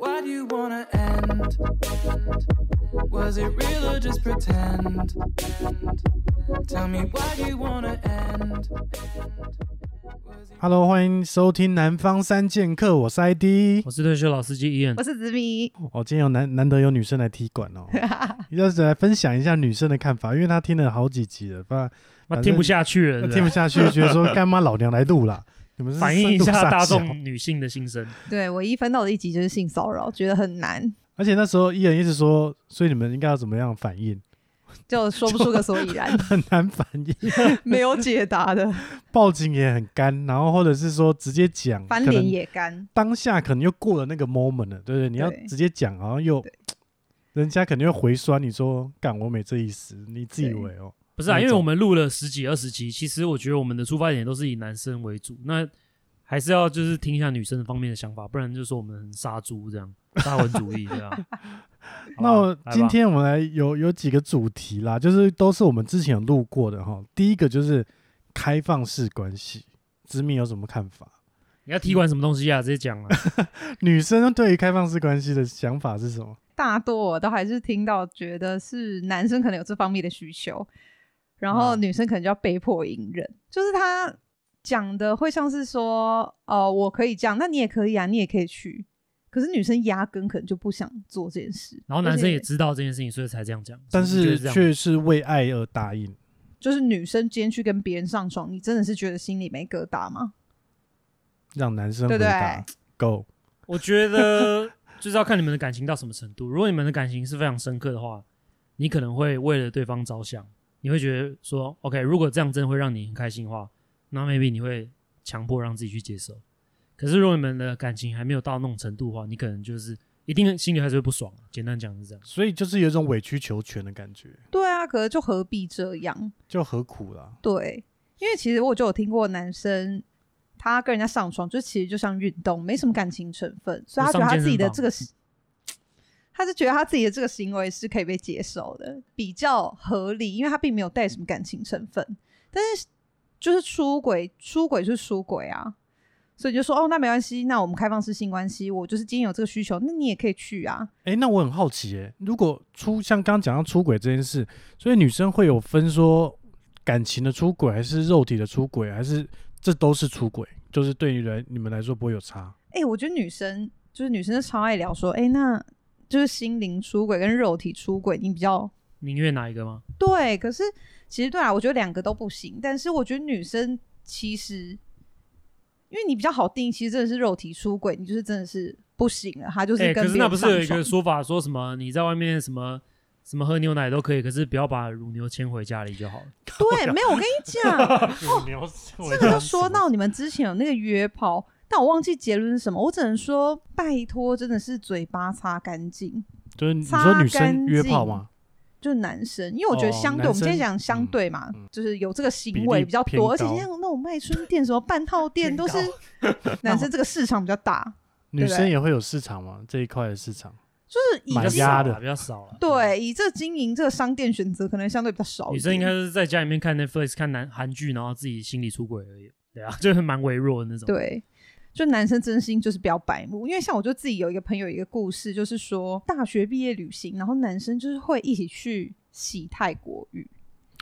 how'd you wanna end? Was it real or just pretend? Tell me why'd you wanna end? Was it Hello，欢迎收听《南方三剑客》，我是 ID 我。是退休老司机 Ian，我是子米，哦，今天有难难得有女生来踢馆 哦，要是来分享一下女生的看法，因为她听了好几集了，不然妈反啊听不正下去了，她是不是听不下去，觉得 说干妈老娘来录啦，你们是反映一深度啊下傻大小众女性的心声。对我一翻到的一集就是性骚扰，觉得很难，而且那时候艺人一直说，所以你们应该要怎么样反应，就说不出个所以然，很难反应， 没有解答的，报警也很干，然后或者是说直接讲，翻可能脸也干。当下可能又过了那个 moment 了，对不对？你要对直接讲，好像又人家肯定会回酸你说，干我没这意思，你自以对为哦。不是啊，那因为种我们录了十几二十集，其实我觉得我们的出发点都是以男生为主，那还是要就是听一下女生方面的想法，不然就说我们很杀猪 这样，沙文主义这样。好吧那我来吧今天我们来有有几个主题啦，就是都是我们之前有录过的哈。第一个就是开放式关系，子敏有什么看法？你要踢馆什么东西啊？直接讲啊！女生对于开放式关系的想法是什么？大多我都还是听到觉得是男生可能有这方面的需求，然后嗯女生可能就要被迫隐忍，就是他讲的会像是说，哦，我可以这样，那你也可以啊，你也可以去。可是女生压根可能就不想做这件事，然后男而生且也知道这件事情，所以才这样讲。但是是不是就是这样却是为爱而答应。就是女生今天去跟别人上床，你真的是觉得心里没疙瘩吗？让男生对回不答对 go，我觉得 就是要看你们的感情到什么程度。如果你们的感情是非常深刻的话，你可能会为了对方着想，你会觉得说，OK，如果这样真的会让你很开心的话，那 maybe 你会强迫让自己去接受。可是如果你们的感情还没有到那种程度的话，你可能就是一定心里还是会不爽。啊简单讲是这样。所以就是有一种委曲求全的感觉，对啊，可是就何必这样？就何苦啦？对，因为其实我就有听过男生，他跟人家上床，就其实就像运动，没什么感情成分，所以就他觉得上他健自己身的房这个行，他是觉得他自己的这个行为是可以被接受的，比较合理，因为他并没有带什么感情成分。但是就是出轨，出轨就是出轨啊，所以就说哦，那没关系，那我们开放式性关系，我就是今天有这个需求，那你也可以去啊。哎、那我很好奇、欸，如果出像刚刚讲到出轨这件事，所以女生会有分说感情的出轨，还是肉体的出轨，还是这都是出轨？就是对于人你们来说不会有差。哎、我觉得女生就是女生是超爱聊说，哎、那就是心灵出轨跟肉体出轨，你比较宁愿哪一个吗？对，可是其实对啊，我觉得两个都不行。但是我觉得女生其实，因为你比较好定义，其实真的是肉体出轨，你就是真的是不行了，她就是哎、可跟别人是那不是有一上个床说法说什么你在外面什么什么喝牛奶都可以，可是不要把乳牛牵回家里就好了。对，没有我 跟你讲，哦乳牛，这个就说到你们之前有那个约炮，但我忘记结论是什么，我只能说拜托，真的是嘴巴擦干净。就是你说女擦干生净约炮吗？就是男生，因为我觉哦得相对，男我们今天生讲相嗯对嘛，嗯就是有这个行比为例比较偏多，而且高像那种卖春 店、什么半套店，偏都是男生这个市场比较大，女对生不对也会有市场吗？这一块的市场，就是比已买较经少鸭啦的比较少啊了。对以这经营这个商店选择可能相对比较少一点。女生应该是在家里面看 Netflix 看男韩剧，然后自己心理出轨而已。对啊， 就是蛮微弱的那种。，对，就男生真心就是不要白目，因为像我就自己有一个朋友有一个故事，就是说大学毕业旅行，然后男生就是会一起去洗泰国浴，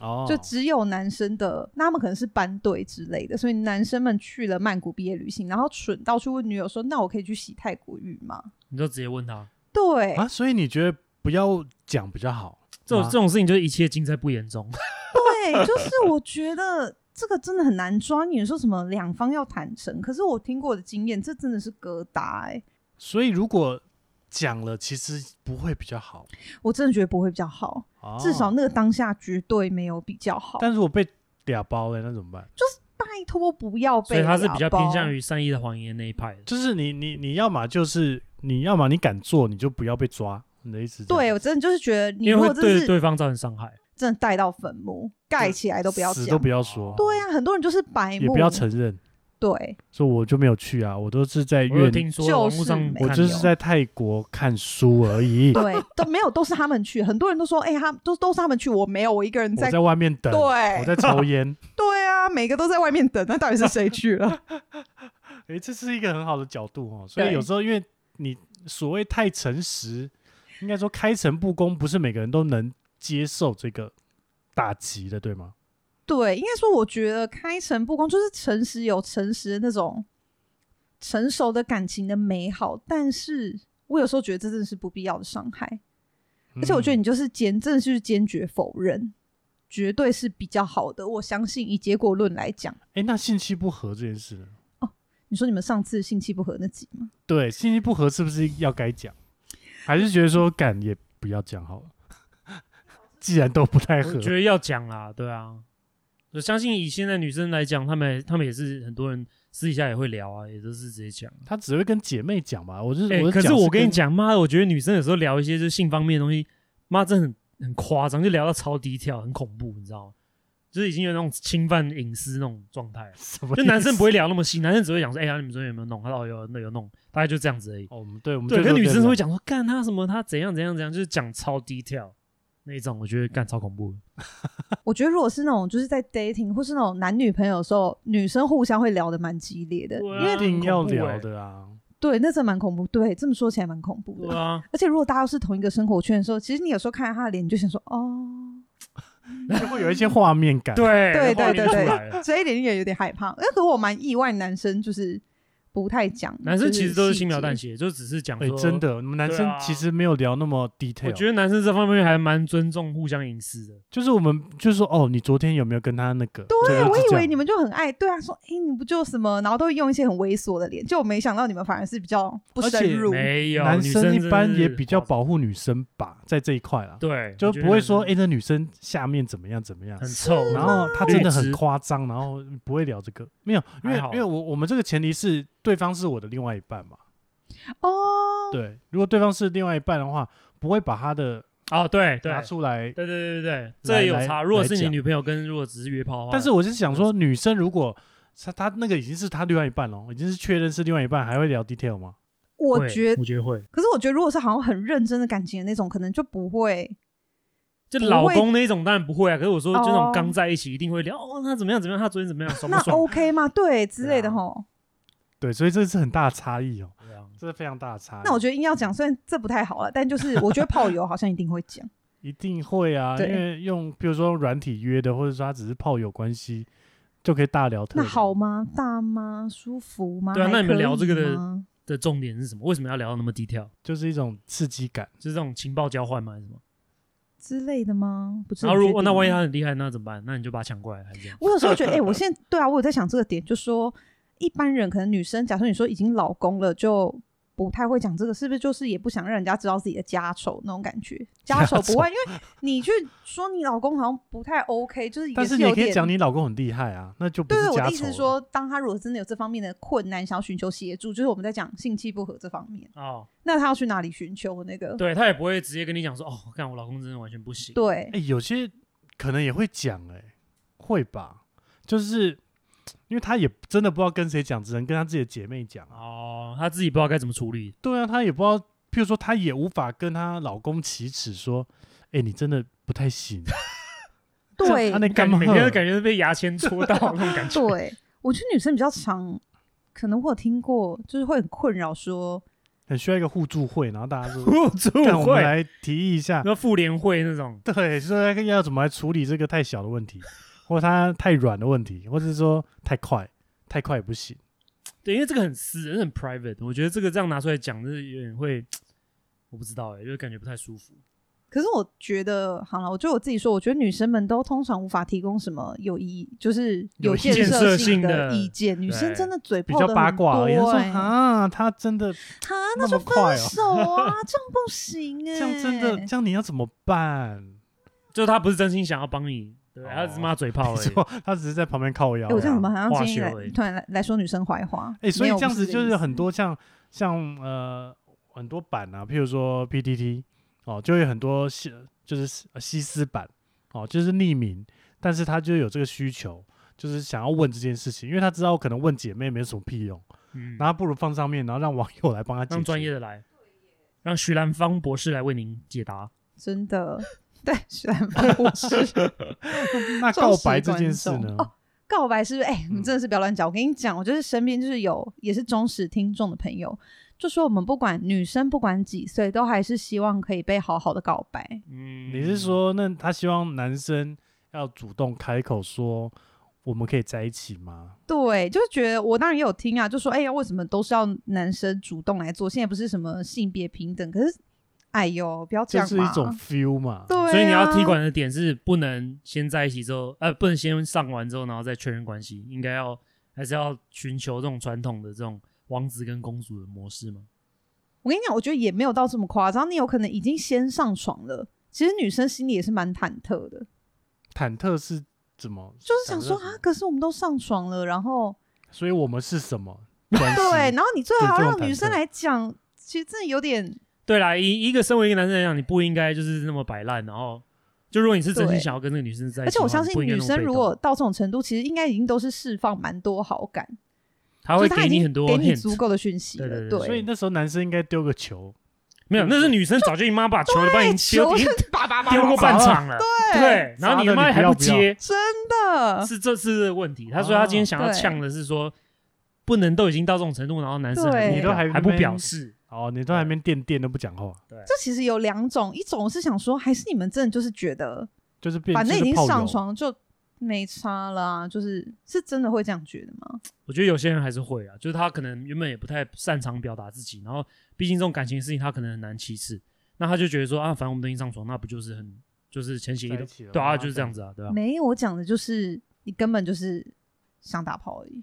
哦，就只有男生的，那他们可能是班队之类的，所以男生们去了曼谷毕业旅行，然后蠢到去问女友说：“那我可以去洗泰国浴吗你就直接问他，？”对，啊，所以你觉得不要讲比较好？这种吗这种事情就是一切尽在不言中。对，就是我觉得这个真的很难抓。你说什么两方要坦诚，可是我听过的经验，这真的是疙瘩哎、所以如果讲了，其实不会比较好，我真的觉得不会比较好，哦至少那个当下绝对没有比较好。但如果被嗲包了，那怎么办？拜托不要被，所以他是比较偏向于。于善意的谎言那一派的。就是你你你要嘛就是你要嘛你敢做你就不要被抓，你的意思是这样？对，我真的就是觉得，你因如为果会真的对是对方造成伤害，真的带到坟墓，盖起来都不要死讲，都不要说，对呀、很多人就是白目，也不要承认， 对，说我就没有去啊，我都是在我有院，听说就是网络上没看我到就是在泰国看书而 已，对，都没有，都是他们去，很多人都说，哎、他都都是他们去，我没有，我一个人我在，在外面等，我对，在抽 烟。对啊，每个都在外面 等，那到底是谁去了？诶，这是一个很好的角度哦，所以对有时候因为你所谓太诚实，应该说开诚布公，不是每个人都能接受这个打击的，对吗？对，应该说我觉得开诚布公就是诚实有诚实的那种成熟的感情的美好，但是我有时候觉得这真的是不必要的伤害，而且我觉得嗯你就是坚，真的就是坚决否认，绝对是比较好的。我相信以结果论来讲，哎、那信息不合这件事呢，你说你们上次性气不合那集吗？对，信息不合是不是要该讲？还是觉得说敢也不要讲好了？既然都不太合哦我，觉得要讲啦，对啊，我相信以现在女生来讲，她们她们也是很多人私底下也会聊啊，也都是直接讲。他只会跟姐妹讲吧。我就是，哎、我可是我跟你讲。讲，妈的，我觉得女生有时候聊一些就是性方面的东西，妈真的很很夸张，就聊到超低调，很恐怖，你知道吗？就是已经有那种侵犯隐私那种状态了。 什么意思？就男生不会聊那么细，男生只会讲说，哎、呀，你们昨天有没有弄？他说哦有那有弄，大概就这样子而已。哦，我们对，我们对，这时跟候女就生会这样讲说，干他什么，他怎样怎样怎样，就是讲超 detail 那一种，我觉得干超恐怖的。我觉得如果是那种就是在 dating 或是那种男女朋友的时候，女生互相会聊得蛮激烈的，对啊因为一定要聊很恐怖的啊。对，那真的蛮恐怖。对，这么说起来蛮恐怖对的。啊，而且如果大家都是同一个生活圈的时候，其实你有时候看到他的脸，你就想说哦，就会有一些画面感。，对啊对画面对就对出来了这一点也有点害怕。那可我蛮意外，男生就是不太讲，男生其实都是细轻描节淡写，就只是讲哎、说真。的，我们男对生啊其实没有聊那么 detail。我觉得男生这方面还蛮尊重互相隐私的，就是我们就是说，哦，你昨天有没有跟他那个？对，这个我是以啊这为样你们就很爱对啊，说哎、你不就什么，然后都会用一些很猥琐的脸，就我没想到你们反而是比较不而且深入。没 有男女生生真一般的也是比较夸张，保护女生吧，在这一块啦，对，就我觉得不会说，哎、男生那女生下面怎么样怎么样很。臭，然后他真的绿很植夸张，然后不会聊这个，没有，因为还好因为我我们这个前提是对方是我的另外一半嘛，哦，对，如果对方是另外一半的话，不会把他的哦，对对拿出来对对对对对，这个有来差。来如果是来你讲女朋友跟如果只是约炮的话，但是我是想说，女生如果她她那个已经是她另外一半了，已经是确认是另外一半，还会聊 detail 吗？我会觉得，我觉得会，可是我觉得如果是好像很认真的感情的那种，可能就不会。就不老会公那种当然不会啊，可是我说就那哦种刚在一起一定会聊哦，他怎么样怎么样，他昨天怎么样，爽不那哦爽？ OK 吗？对之类对的啊吼。对，所以这是很大的差异哦，对啊这是非常大的差异。那我觉得硬要讲，虽然这不太好了，但就是我觉得炮友好像一定会 讲。一定会啊，因对为用比如说用软体约的，或者说他只是炮友关系，就可以大聊特那聊。好吗？大吗？舒服吗？对啊还那你们可聊这个以的吗的重点是什么？为什么要聊到那么低调？就是一种刺激感。就是这种情报交换吗？还是什么？之类的吗？不知然道。后如我果哦那万一他很厉害，那怎么办？那你就把他抢过来，还是这样？我有时候觉得，哎、我现在对啊，我有在想这个点，就说一般人可能女生，假设你说已经老公了，就不太会讲这个，是不是就是也不想让人家知道自己的家丑那种感觉？家丑不外，因为你去说你老公好像不太 OK，就是但也是你有也可点以。讲你老公很厉害啊，那就不对是对，我家的意丑思了是说，当他如果真的有这方面的困难，想要寻求协助，就是我们在讲性气不合这方面，哦，那他要去哪里寻求那个？对他也不会直接跟你讲说，哦，看我老公真的完全不行。对哎、有些可能也会讲，哎，会吧？就是因为他也真的不知道跟谁讲，只能跟他自己的姐妹讲啊。哦，他自己不知道该怎么处理。对啊，她也不知道，譬如说，她也无法跟她老公启齿说：“哎、你真的不太行。 对啊”那干嘛？每天都感觉是被牙签戳到那种感觉。 对，我觉得女生比较常，可能我有听过，就是会很困扰说，很需要一个互助会，然后大家说互助：“干，我们会，来提议一下，那妇联会那种，对，说要怎么来处理这个太小的问题，或他太软的问题，或者是说太快，太快也不行。对，因为这个很私人，很 private，我觉得这个这样拿出来讲，就是有点会，我不知道哎、就是感觉不太舒服。可是我觉得，好了，我就我自己说，我觉得女生们都通常无法提供什么有意，就是有建建设设性性的的意见。女生真的嘴”比炮较的八很卦多、而已，欸，有人说：“啊，他真的哈那那就么分快哦，手啊，这样不行 这哎、样真的，这样你要怎么办？”就是他不是真心想要帮你，对，他只是骂嘴炮哦没而错已。， 他只是在旁边靠腰而哎、已。我这样怎么好像化建议学来而已突然来来说女生坏话？哎、所以没有这样不是子就个意是思很多像像呃很多版啊，譬如说 PTT 哦，就会很多西就是呃西斯版哦，就是匿名，但是他就有这个需求，就是想要问这件事情，因为他知道可能问姐妹没有什么屁用，嗯，那他不如放上面，然后让网友来帮他解让决。专业的来，让徐兰芳博士来为您解答。真的。对，喜欢发火是 那忠告实白这观件事众呢？哦告白是不是？哎、你嗯真的是不要乱讲。我跟你讲，我就是身边就是有也是忠实听众的朋友，就说我们不管女生不管几岁，都还是希望可以被好好的告白。嗯你是说，那他希望男生要主动开口说我们可以在一起吗？对，就是觉得我当然也有听啊，就说哎呀，为什么都是要男生主动来做？现在不是什么性别平等，可是哎呦，不要这这样是嘛一种 feel 嘛？对、啊，所以你要踢馆的点是不能先在一起之后，呃，不能先上完之后，然后再确认关系，应该要还是要寻求这种传统的这种王子跟公主的模式吗？我跟你讲，我觉得也没有到这么夸张，你有可能已经先上床了。其实女生心里也是蛮忐忑的，忐忑是怎么？就是想说忐忑是啊什，么，可是我们都上床了，然后所以我们是什 么关系？对，然后你最对好这要种让女忐忑生来讲，其实真的有点对啦，以一个身为一个男生来讲，你不应该就是那么摆烂，然后就如果你是真对心想要跟这个女生在一起的话，而且我相信你不应该女那么生被如动果到这种程度，其实应该已经都是释放蛮多好感，她会就是她给已经很多给你 hint，足够的讯息了。对对对所以那时候男生应该丢个球，没有，那是女生早就你妈把球都帮你 球丢是丢叭叭叭丢过叭半场了，对，然后你他妈还砸得接，的，是这次的问题。他说他哦今天想要呛的是说，不能都已经到这种程度，然后男生还对不你都还还不表示，哦，你都还没垫垫都不讲话，这其实有两种，一种是想说，还是你们真的就是觉得，就是变反正已就是经炮友上床了就没差了、啊，就是是真的会这样觉得吗？我觉得有些人还是会啊，就是他可能原本也不太擅长表达自己，然后毕竟这种感情事情他可能很难启齿，那他就觉得说啊，反正我们都已经上床，那不就是很就是前期在的一起了对妈啊，妈就是这样子啊，对吧？没有，我讲的就是你根本就是想打炮而已，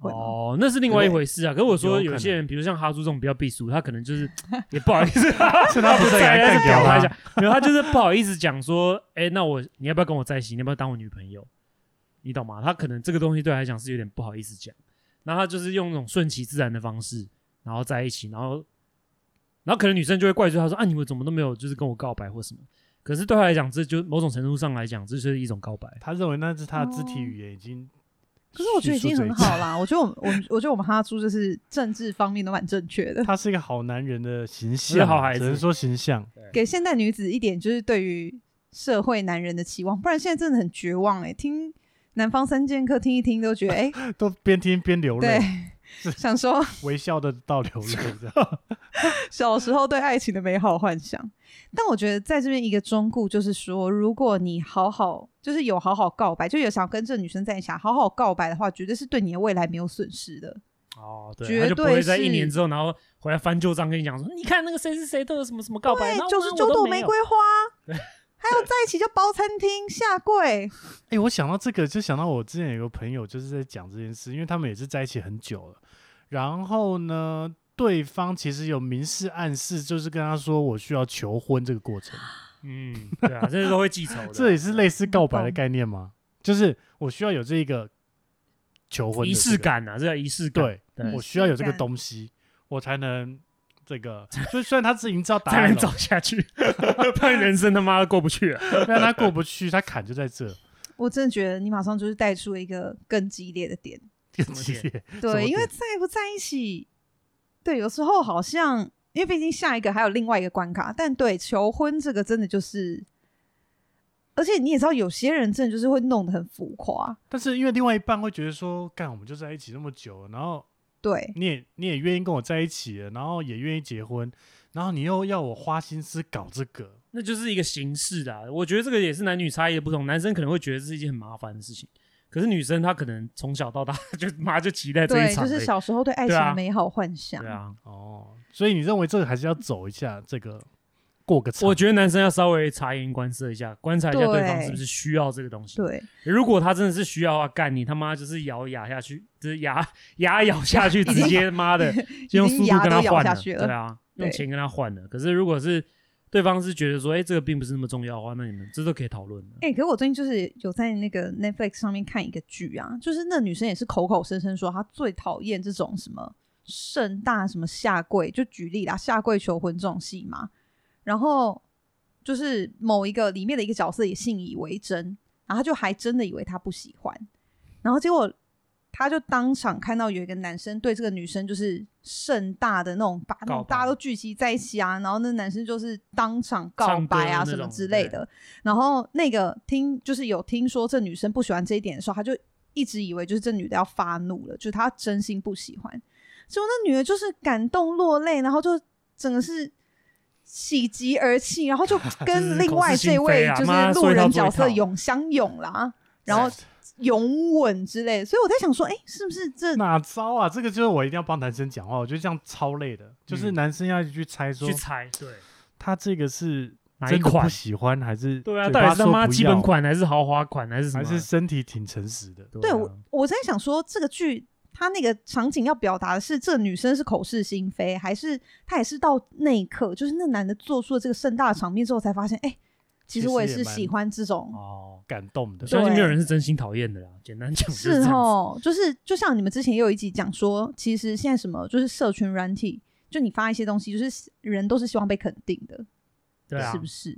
会吗哦，那是另外一回事啊。可是我说有可有能些人，比如像哈猪这种比较避俗，他可能就是 也不好意思，啊趁他不在来干掉表达一他下，没有，他就是不好意思讲说，哎，那我你要不要跟我在一起？你要不要当我女朋友？你懂吗？他可能这个东西对他来讲是有点不好意思讲，然后他就是用那种顺其自然的方式，然后在一起，然后然后可能女生就会怪罪他说啊，你们怎么都没有就是跟我告白或什么？可是对他来讲，这就某种程度上来讲，这就是一种告白。他认为那是他的肢哦体语言已经。可是我觉得已经很好啦，我觉得我们我们我觉得我们哈猪就是政治方面都蛮正确的，他是一个好男人的形是象，好孩子只能说形象。给现代女子一点就是对于社会男人的期望，不然现在真的很绝望哎、听南方三剑客听一听都觉 得哎、都边听边流对泪，，想说微笑的到流泪这样。小时候对爱情的美好幻想。但我觉得在这边一个忠告就是说，如果你好好就是有好好告白，就有想跟这个女生在一起，啊好好告白的话，绝对是对你的未来没有损失的。哦，对，啊绝他就不对会在一是年之后，然后回来翻旧账跟你讲说，你看那个谁是谁都有什么什么告白，然后九我十都九朵没玫有瑰花，还有在一起就包餐厅下跪，哎、我想到这个，就想到我之前有个朋友就是在讲这件事，因为他们也是在一起很久了。然后呢，对方其实有明示暗示，就是跟他说我需要求婚这个过程，嗯，对啊，这些都会记仇的。 这也是类似告白的懂概念吗？就是我需要有这一个求婚的仪这式个，感啊，这叫仪式 感，对对我需要有这个感东西，我才能这 个。所以虽然他自己营造答才案能了走下 去，不然人生他妈的过不去了。但他过不去，他坎就在这，我真的觉得你马上就是带出一个更激烈的点，更激烈。 什么对，因为点在不在一起，对，有时候好像因为毕竟下一个还有另外一个关卡，但对求婚这个真的就是，而且你也知道，有些人真的就是会弄得很浮夸， 但是因为另外一半会觉得说，干，我们就在一起那么久了，然后对，你也你也愿意跟我在一起了，然后也愿意结婚，然后你又要我花心思搞这个， 那就是一个形式啊，我觉得这个也是男女差异的不同。男生可能会觉得这是一件很麻烦的事情，可是女生她可能从小到大 就妈就期待这对，一场就而已，是小时候对爱对情啊的美好幻想，对啊。哦，所以你认为这个还是要走一下这个过个场？我觉得男生要稍微察言观色一下，观察一下对方是不是需要这个东西。对如果他真的是需要的话，啊干你他妈就是咬牙下去，就是牙 牙咬下 去，经直接妈的就用速度跟他已经牙都咬换下去了对啊，对用钱跟他换的。可是如果是对方是觉得说，哎、这个并不是那么重要的话，那你们这都可以讨论的。哎、可是我最近就是有在那个 Netflix 上面看一个剧啊，就是那女生也是口口声声说她最讨厌这种什么盛大什么下跪，就举例啦，下跪求婚这种戏嘛。然后就是某一个里面的一个角色也信以为真，然后她就还真的以为她不喜欢，然后结果她就当场看到有一个男生对这个女生就是盛大的那种把那告种白大家都聚集在一起啊，然后那男生就是当场告唱歌白啊那什么种之类对的。然后那个听就是有听说这女生不喜欢这一点的时候，她就一直以为就是这女的要发怒了，就是她真心不喜欢。结果那女的就是感动落泪，然后就整个是喜极而泣，然 后就跟另外这位口是就心是非啊妈路说一套做人一角色套永相拥啦，然后拥吻之类的。所以我在想说，哎，是不是这哪招啊？这个就是我一定要帮男生讲话，我觉得这样超累的，就是男生要一直去猜说嗯去猜，对他这个是哪一真的款不？喜欢，还是对啊，嘴到巴底是说他妈不基本要款还是豪华款还是什么还啊？是身体挺诚实的。对对啊我我在想说，这个剧它那个场景要表达的是，这个女生是口是心非，还是她也是到那一刻，就是那男的做出了这个盛大的场面之后，才发现，哎、其其实实我也也是蛮喜欢这种。哦，感动的我，相信对没有人是真心讨厌的啦。简单讲就是这样子哦，就是就像你们之前也有一集讲说，其实现在什么就是社群软体，就你发一些东西，就是人都是希望被肯定的，对啊是不，是？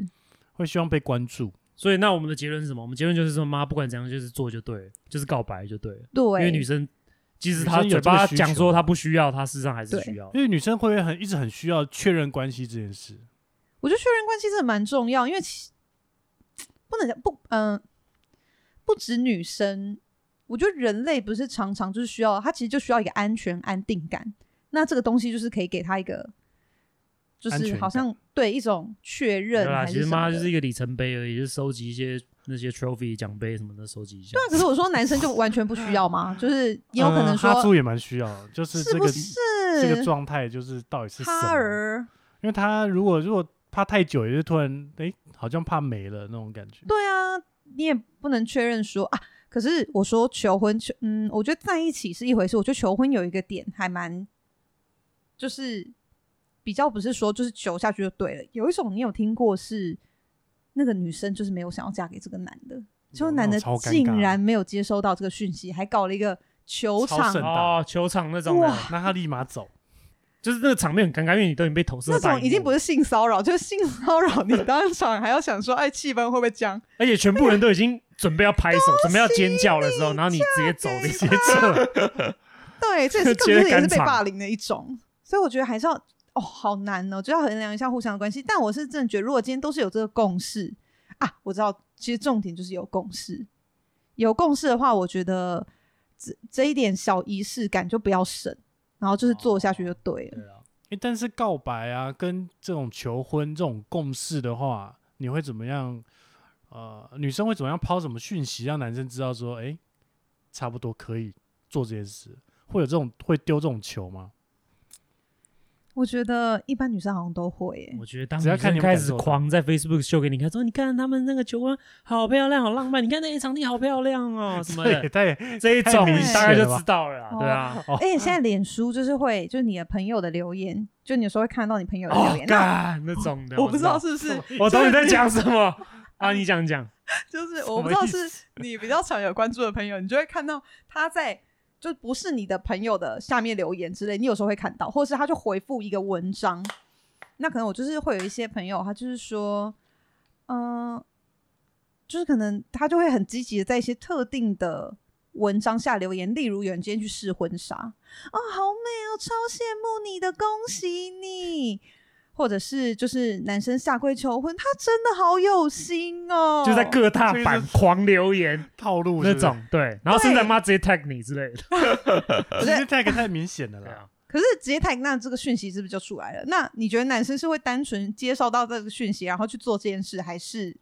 会希望被关注。所以那我们的结论是什么？我们结论就是说，妈不管怎样就是做就对了，就是告白就对了。对，因为女生即使她女生有嘴这个巴需求啊讲说她不需要，她事实上还是对需要。因为女生会不会很一直很需要确认关系这件事？我觉得确认关系真的蛮重要，因为其不能讲不，嗯、不止女生，我觉得人类不是常常就是需要，他其实就需要一个安全安定感。那这个东西就是可以给他一个，就安全是感好像对一种确认对啦，还其是实什么妈的就是一个里程碑而已，就是收集一些那些 trophy 奖杯什么的，收集一下对啊，。可是我说男生就完全不需要吗？就是也有可能嗯说，哈猪也蛮需要的，就是是这不个是这个状态，就是到底是什哈么？儿？因为他如果如果怕太久，也是突然哎、好像怕没了那种感觉。对啊，你也不能确认说啊。可是我说求婚，求嗯，我觉得在一起是一回事。我觉得求婚有一个点还蛮，就是比较不是说就是求下去就对了。有一种你有听过是那个女生就是没有想要嫁给这个男的，结果男的那种超尴尬竟然没有接收到这个讯息，还搞了一个球超场神哦，球场那种的，哇那他立马走，就是那个场面很尴尬，因为你都已经被投射那到大种荧幕已经不是性骚扰，就是性骚扰。你当场还要想说，哎，气氛会不会僵？而且全部人都已经准备要 拍手，啊准备要尖叫的时候，然后你直接走，给直接撤，对，这也 是觉得更是也是赶被场霸凌的一种，所以我觉得还是要哦，好难哦，就要衡量一下互相的关系。但我是真的觉得，如果今天都是有这个共识啊，我知道，其实重点就是有共识。有共识的话，我觉得这这一点小仪式感就不要省，然后就是做下去就对了。对啊哎、但是告白啊，跟这种求婚这种共识的话，你会怎么样？呃，女生会怎么样抛什么讯息让男生知道说，哎、差不多可以做这件事？会有这种会丢这种球吗？我觉得一般女生好像都会耶、我觉得当只要女看生你们感开受始到狂在 Facebook 秀给你看，说你看他们那个球官好漂亮，好浪漫，你看那个场地好漂亮哦，什么对，的，但这一种明你显大概了就吧知道了啦，对啊。而且现在脸书就是会，就是你的朋友的留言，就你有时候会看到你朋友的留哦言。，那干那种的， 我不知道，是不是哦我懂你在讲什么 啊？你讲讲，就是什我么不知道意是 你比较常有关注的朋友，你就会看到他在就不是你的朋友的下面留言之类，你有时候会看到，或者是他就回复一个文章。那可能我就是会有一些朋友，他就是说，嗯、就是可能他就会很积极的在一些特定的文章下留言，例如有人今天去试婚纱，哦，好美哦，超羡慕你的，恭喜你。或者是就是男生下跪求婚，他真的好有心哦，就在各大这个版是狂留言套路那是不是 种，对，然后对甚至妈直接 tag 你之类的，直接 tag 太明显了对啦。啊，可是直接 tag 那这个讯息是不是就出来了？那你觉得男生是会单纯接收到这个讯息，然后去做这件事，还是？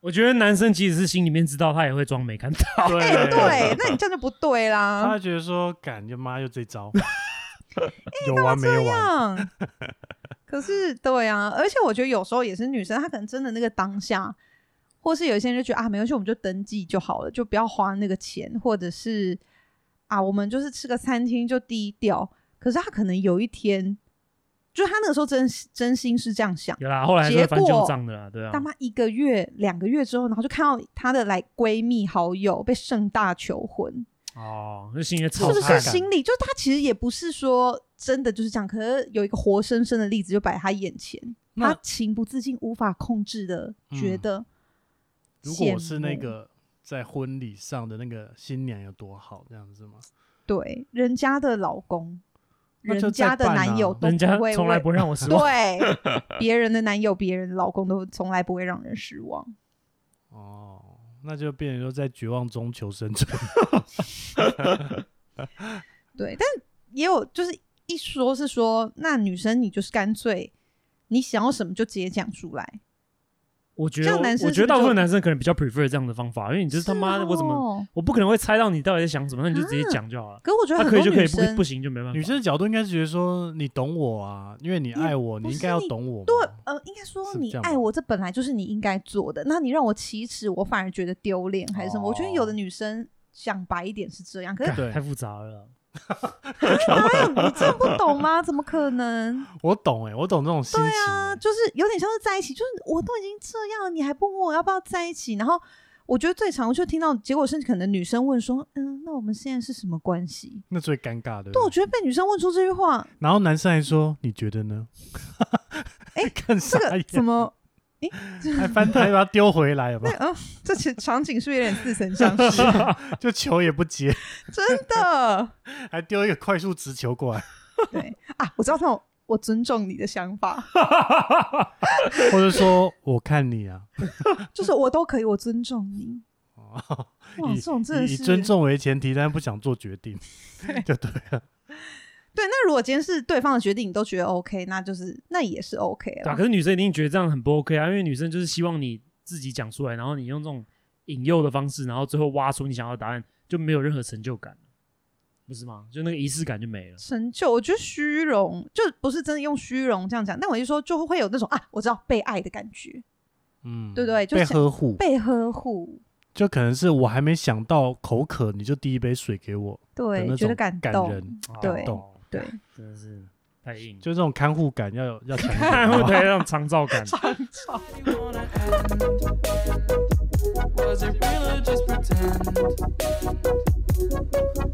我觉得男生即使是心里面知道，他也会装没看到。对哎、对，那你这样就不对他啦会。觉得说，干就妈又这招， 有完没哎这完？样，可是对啊，而且我觉得有时候也是女生，她可能真的那个当下，或是有一些人就觉得啊，没关系，我们就登记就好了，就不要花那个钱，或者是啊，我们就是吃个餐厅就低调。可是她可能有一天，就是她那个时候真真心是这样想的。有啦，后来还是结会翻旧果账的啦，对啊大。妈一个月、两个月之后，然后就看到她的来闺蜜好友被盛大求婚，哦，就心里面是超尴不是尬心里就是她其实也不是说真的就是这样，可是有一个活生生的例子就摆在她眼前，那她情不自禁、无法控制的嗯觉得羡慕、如果我是那个在婚礼上的那个新娘，有多好？这样子吗？对人家的老公、那就人家的再办啊男友都人不家会从来为不让我失望。 对别人的男友、别人的老公都从来不会让人失望。哦，那就变成说在绝望中求生 存。对，但也有就是一说是说，那女生你就是干脆你想要什么就直接讲出来，我觉这得样我，男生我觉得是不是大部分就啊男生可能比较 prefer 这样的方法，因为你就是他妈的，我怎么么？我不可能会猜到你到底在想什么，那你就直接讲就好了。可是我觉那啊得很可以就多可以，女不生不行就没办法。女生的角度应该是觉得说你懂我啊，因为你爱我，不你应是该要你懂我。对，呃，应该说是你这样爱吧我，这本来就是你应该做的。那你让我启齿，我反而觉得丢脸还是什么？我觉得有哦的女生想白一点是这样，可是干对太复杂了。你真的不懂吗？怎么可能？我懂哎、我懂这种心情欸、啊就是有点像是在一起，就是我都已经这样了，你还不问我要不要在一起？然后我觉得最常我就听到结果是，可能女生问说：“嗯，那我们现在是什么关系那最尴尬的。？”对，我觉得被女生问出这句话，然后男生还说：“你觉得呢？” 哎看这傻个眼，怎么？还翻台 把它丢回来吧那，嗯，这其实场景是不是有点似曾相识？ 就球也不接，真的。还丢一个快速直球过来，对啊，我知道那种我尊重你的想法，或者说我看你啊，就是我都可以，我尊重你。哦哇，以这种 真的以是尊。重为前提，但不想做决 定，就对了。对，那如果今天是对方的决定，你都觉得 OK，那就是那也是 OK 对啊，了。可是女生一定觉得这样很不 OK 啊，因为女生就是希望你自己讲出来，然后你用这种引诱的方式，然后最后挖出你想要的答案，就没有任何成就感，不是吗？就那个仪式感就没了。成就，我觉得虚荣就不是真的用虚荣这样讲，但我就说就会有那种啊，我知道被爱的感觉，嗯，对对就被想呵护，被呵护，就可能是我还没想到口渴，你就递一杯水给我，的对，那觉得种感感动人，对哦对，真的是太硬，就这种看护感要有要 强看会 烈。太让长照感。 you wanna end? Was it real or just pretend?